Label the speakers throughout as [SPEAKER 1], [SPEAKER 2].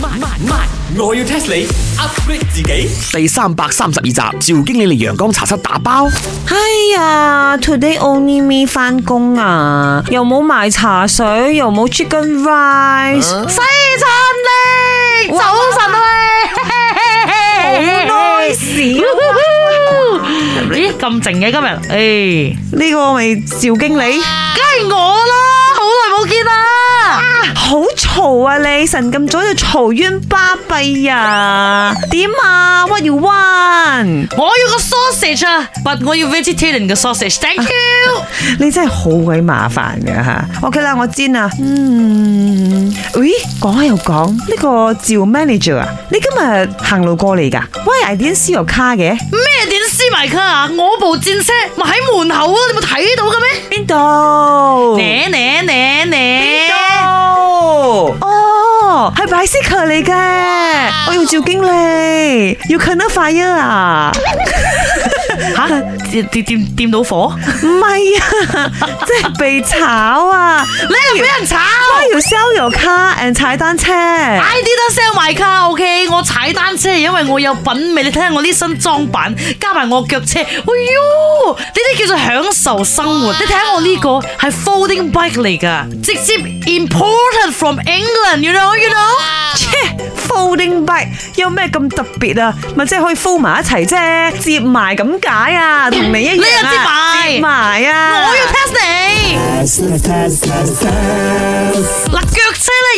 [SPEAKER 1] 慢慢，我要 test 你 upgrade 自己。
[SPEAKER 2] 第三百三十二集，趙經理嚟陽光茶室打包。
[SPEAKER 3] 哎呀，today only me 翻工啊，又冇賣茶水，又冇 chicken rice，西餐
[SPEAKER 4] 早晨啊
[SPEAKER 3] 好
[SPEAKER 4] 喂，
[SPEAKER 3] 耐事啊。
[SPEAKER 4] 咦咁靜嘅今日，誒，
[SPEAKER 3] 呢個咪趙經理，
[SPEAKER 4] 梗係我啦，好耐冇見啦，
[SPEAKER 3] 好嘈啊你，晨咁早就嘈冤巴閉啊，點啊，what you want？
[SPEAKER 4] 我要個 sausage 啊，but 我要 vegetarian 嘅 sausage，thank you。
[SPEAKER 3] 你真係好鬼麻煩嘅吓。OK 啦，我煎啊，嗯，咦，講開又講，呢個趙 manager 啊，你今日行路過嚟噶？Why I didn't see your car 嘅？
[SPEAKER 4] 咩點撕埋卡啊？我部戰車咪喺門口啊，你冇睇到嘅咩？
[SPEAKER 3] 邊度？
[SPEAKER 4] 呢呢呢呢，
[SPEAKER 3] 度？哦，係 bicycle 嚟嘅。我要趙經理，要 connect fire 啊？
[SPEAKER 4] 吓掂掂掂掂到火，
[SPEAKER 3] 唔係啊， 即係被炒啊！
[SPEAKER 4] 你又俾人炒。
[SPEAKER 3] 我要 sell your car and 踩單車。
[SPEAKER 4] I didn't sell my car，OK？、我踩單車，因為我有品味。你睇下我呢身裝扮，加埋我腳車，哎呦，呢啲叫做享受生活。你睇下我呢個係 folding bike 嚟噶，直接 imported from England，you know，you know？
[SPEAKER 3] 切，folding bike 有咩咁特別啊？咪即係可以 fold 埋一齊啫，接埋咁解啊，同你一樣啊，
[SPEAKER 4] 你又接埋
[SPEAKER 3] 接埋啊！
[SPEAKER 4] 我要 test 你。嗱，腳車咧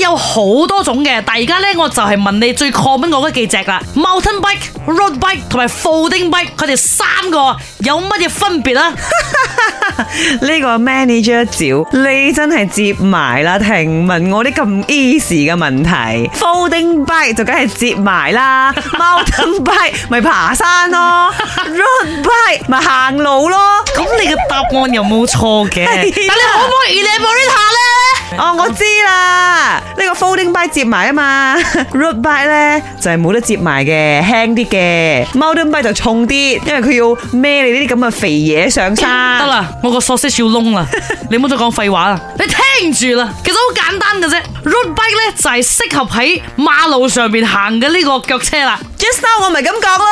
[SPEAKER 4] 有好多種嘅，但係而家咧我就係問你最 common 嗰幾隻啦，mountain bike、road bike 同埋 folding bike，佢哋三個有乜嘢分別啊？
[SPEAKER 3] 呢個 manager 照，你真係接埋啦！停問我啲咁 easy 嘅問題，folding bike 就梗係接埋 啦，mountain bike 咪爬山咯，road bike 咪行路咯。
[SPEAKER 4] 咁你嘅答案又冇錯 嘅，
[SPEAKER 3] 啊
[SPEAKER 4] 但你可唔可以 elaborate 下咧？
[SPEAKER 3] 哦，我知啦，呢、個 folding bike 接埋啊嘛 ，road bike 咧就係冇得接埋嘅，輕啲嘅，mountain bike 就重啲，因為佢要孭你呢啲咁嘅肥嘢上山。
[SPEAKER 4] 得啦，我個 sausage 要 窿啦，你唔好再講廢話啦，你聽住啦，其實好簡單嘅啫。Road bike 咧就係適合喺馬路上邊行嘅呢個腳車啦。
[SPEAKER 3] ，just now 我咪咁講咯。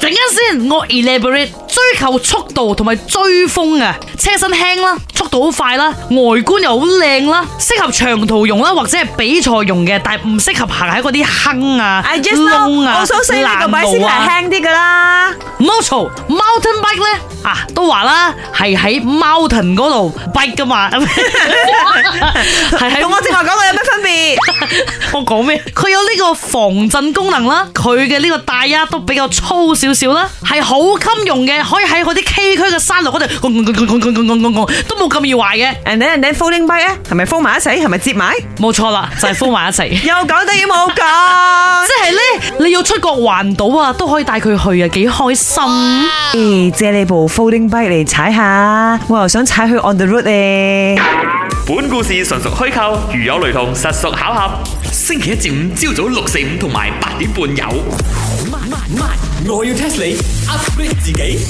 [SPEAKER 4] 陣間先，我 elaborate 追求速度同埋追風啊，車身輕啦，速度好快啦，外觀又好靚啦，適合長途用啦，或者係比賽用嘅，但係唔適合行喺嗰啲坑啊、
[SPEAKER 3] I just now
[SPEAKER 4] 窿啊、
[SPEAKER 3] 我所以呢個
[SPEAKER 4] 爛
[SPEAKER 3] bike
[SPEAKER 4] 路
[SPEAKER 3] 先係。
[SPEAKER 4] 啊
[SPEAKER 3] 輕啲噶啦。
[SPEAKER 4] m o u t a i mountain bike 咧啊，都話啦，係喺 mountain 嗰度 bike 噶嘛，係喺
[SPEAKER 3] 同我正話講嘅有咩分別？
[SPEAKER 4] 我講咩？佢有呢個防震功能啦，佢嘅呢個帶啊都比較粗少少啦，係好襟用嘅，可以喺嗰啲崎嶇嘅山路嗰度，轟轟轟轟轟轟轟轟都冇咁易壞嘅。
[SPEAKER 3] 人哋人哋 folding bike 咧，係咪 fold 埋一齊？係咪接埋？
[SPEAKER 4] 冇錯啦，就係封埋一齊。
[SPEAKER 3] 又講得要冇 講。
[SPEAKER 4] 即係咧，你要出國環島啊，都可以帶佢去啊，幾開心。
[SPEAKER 3] 誒借你部 folding bike 嚟踩下，我又想踩去 on the road 咧。
[SPEAKER 1] 本故事純屬虛構，如有雷同，實屬巧合。星期一至五朝早六四五同埋八點半有。我要 test 你 upgrade 自己。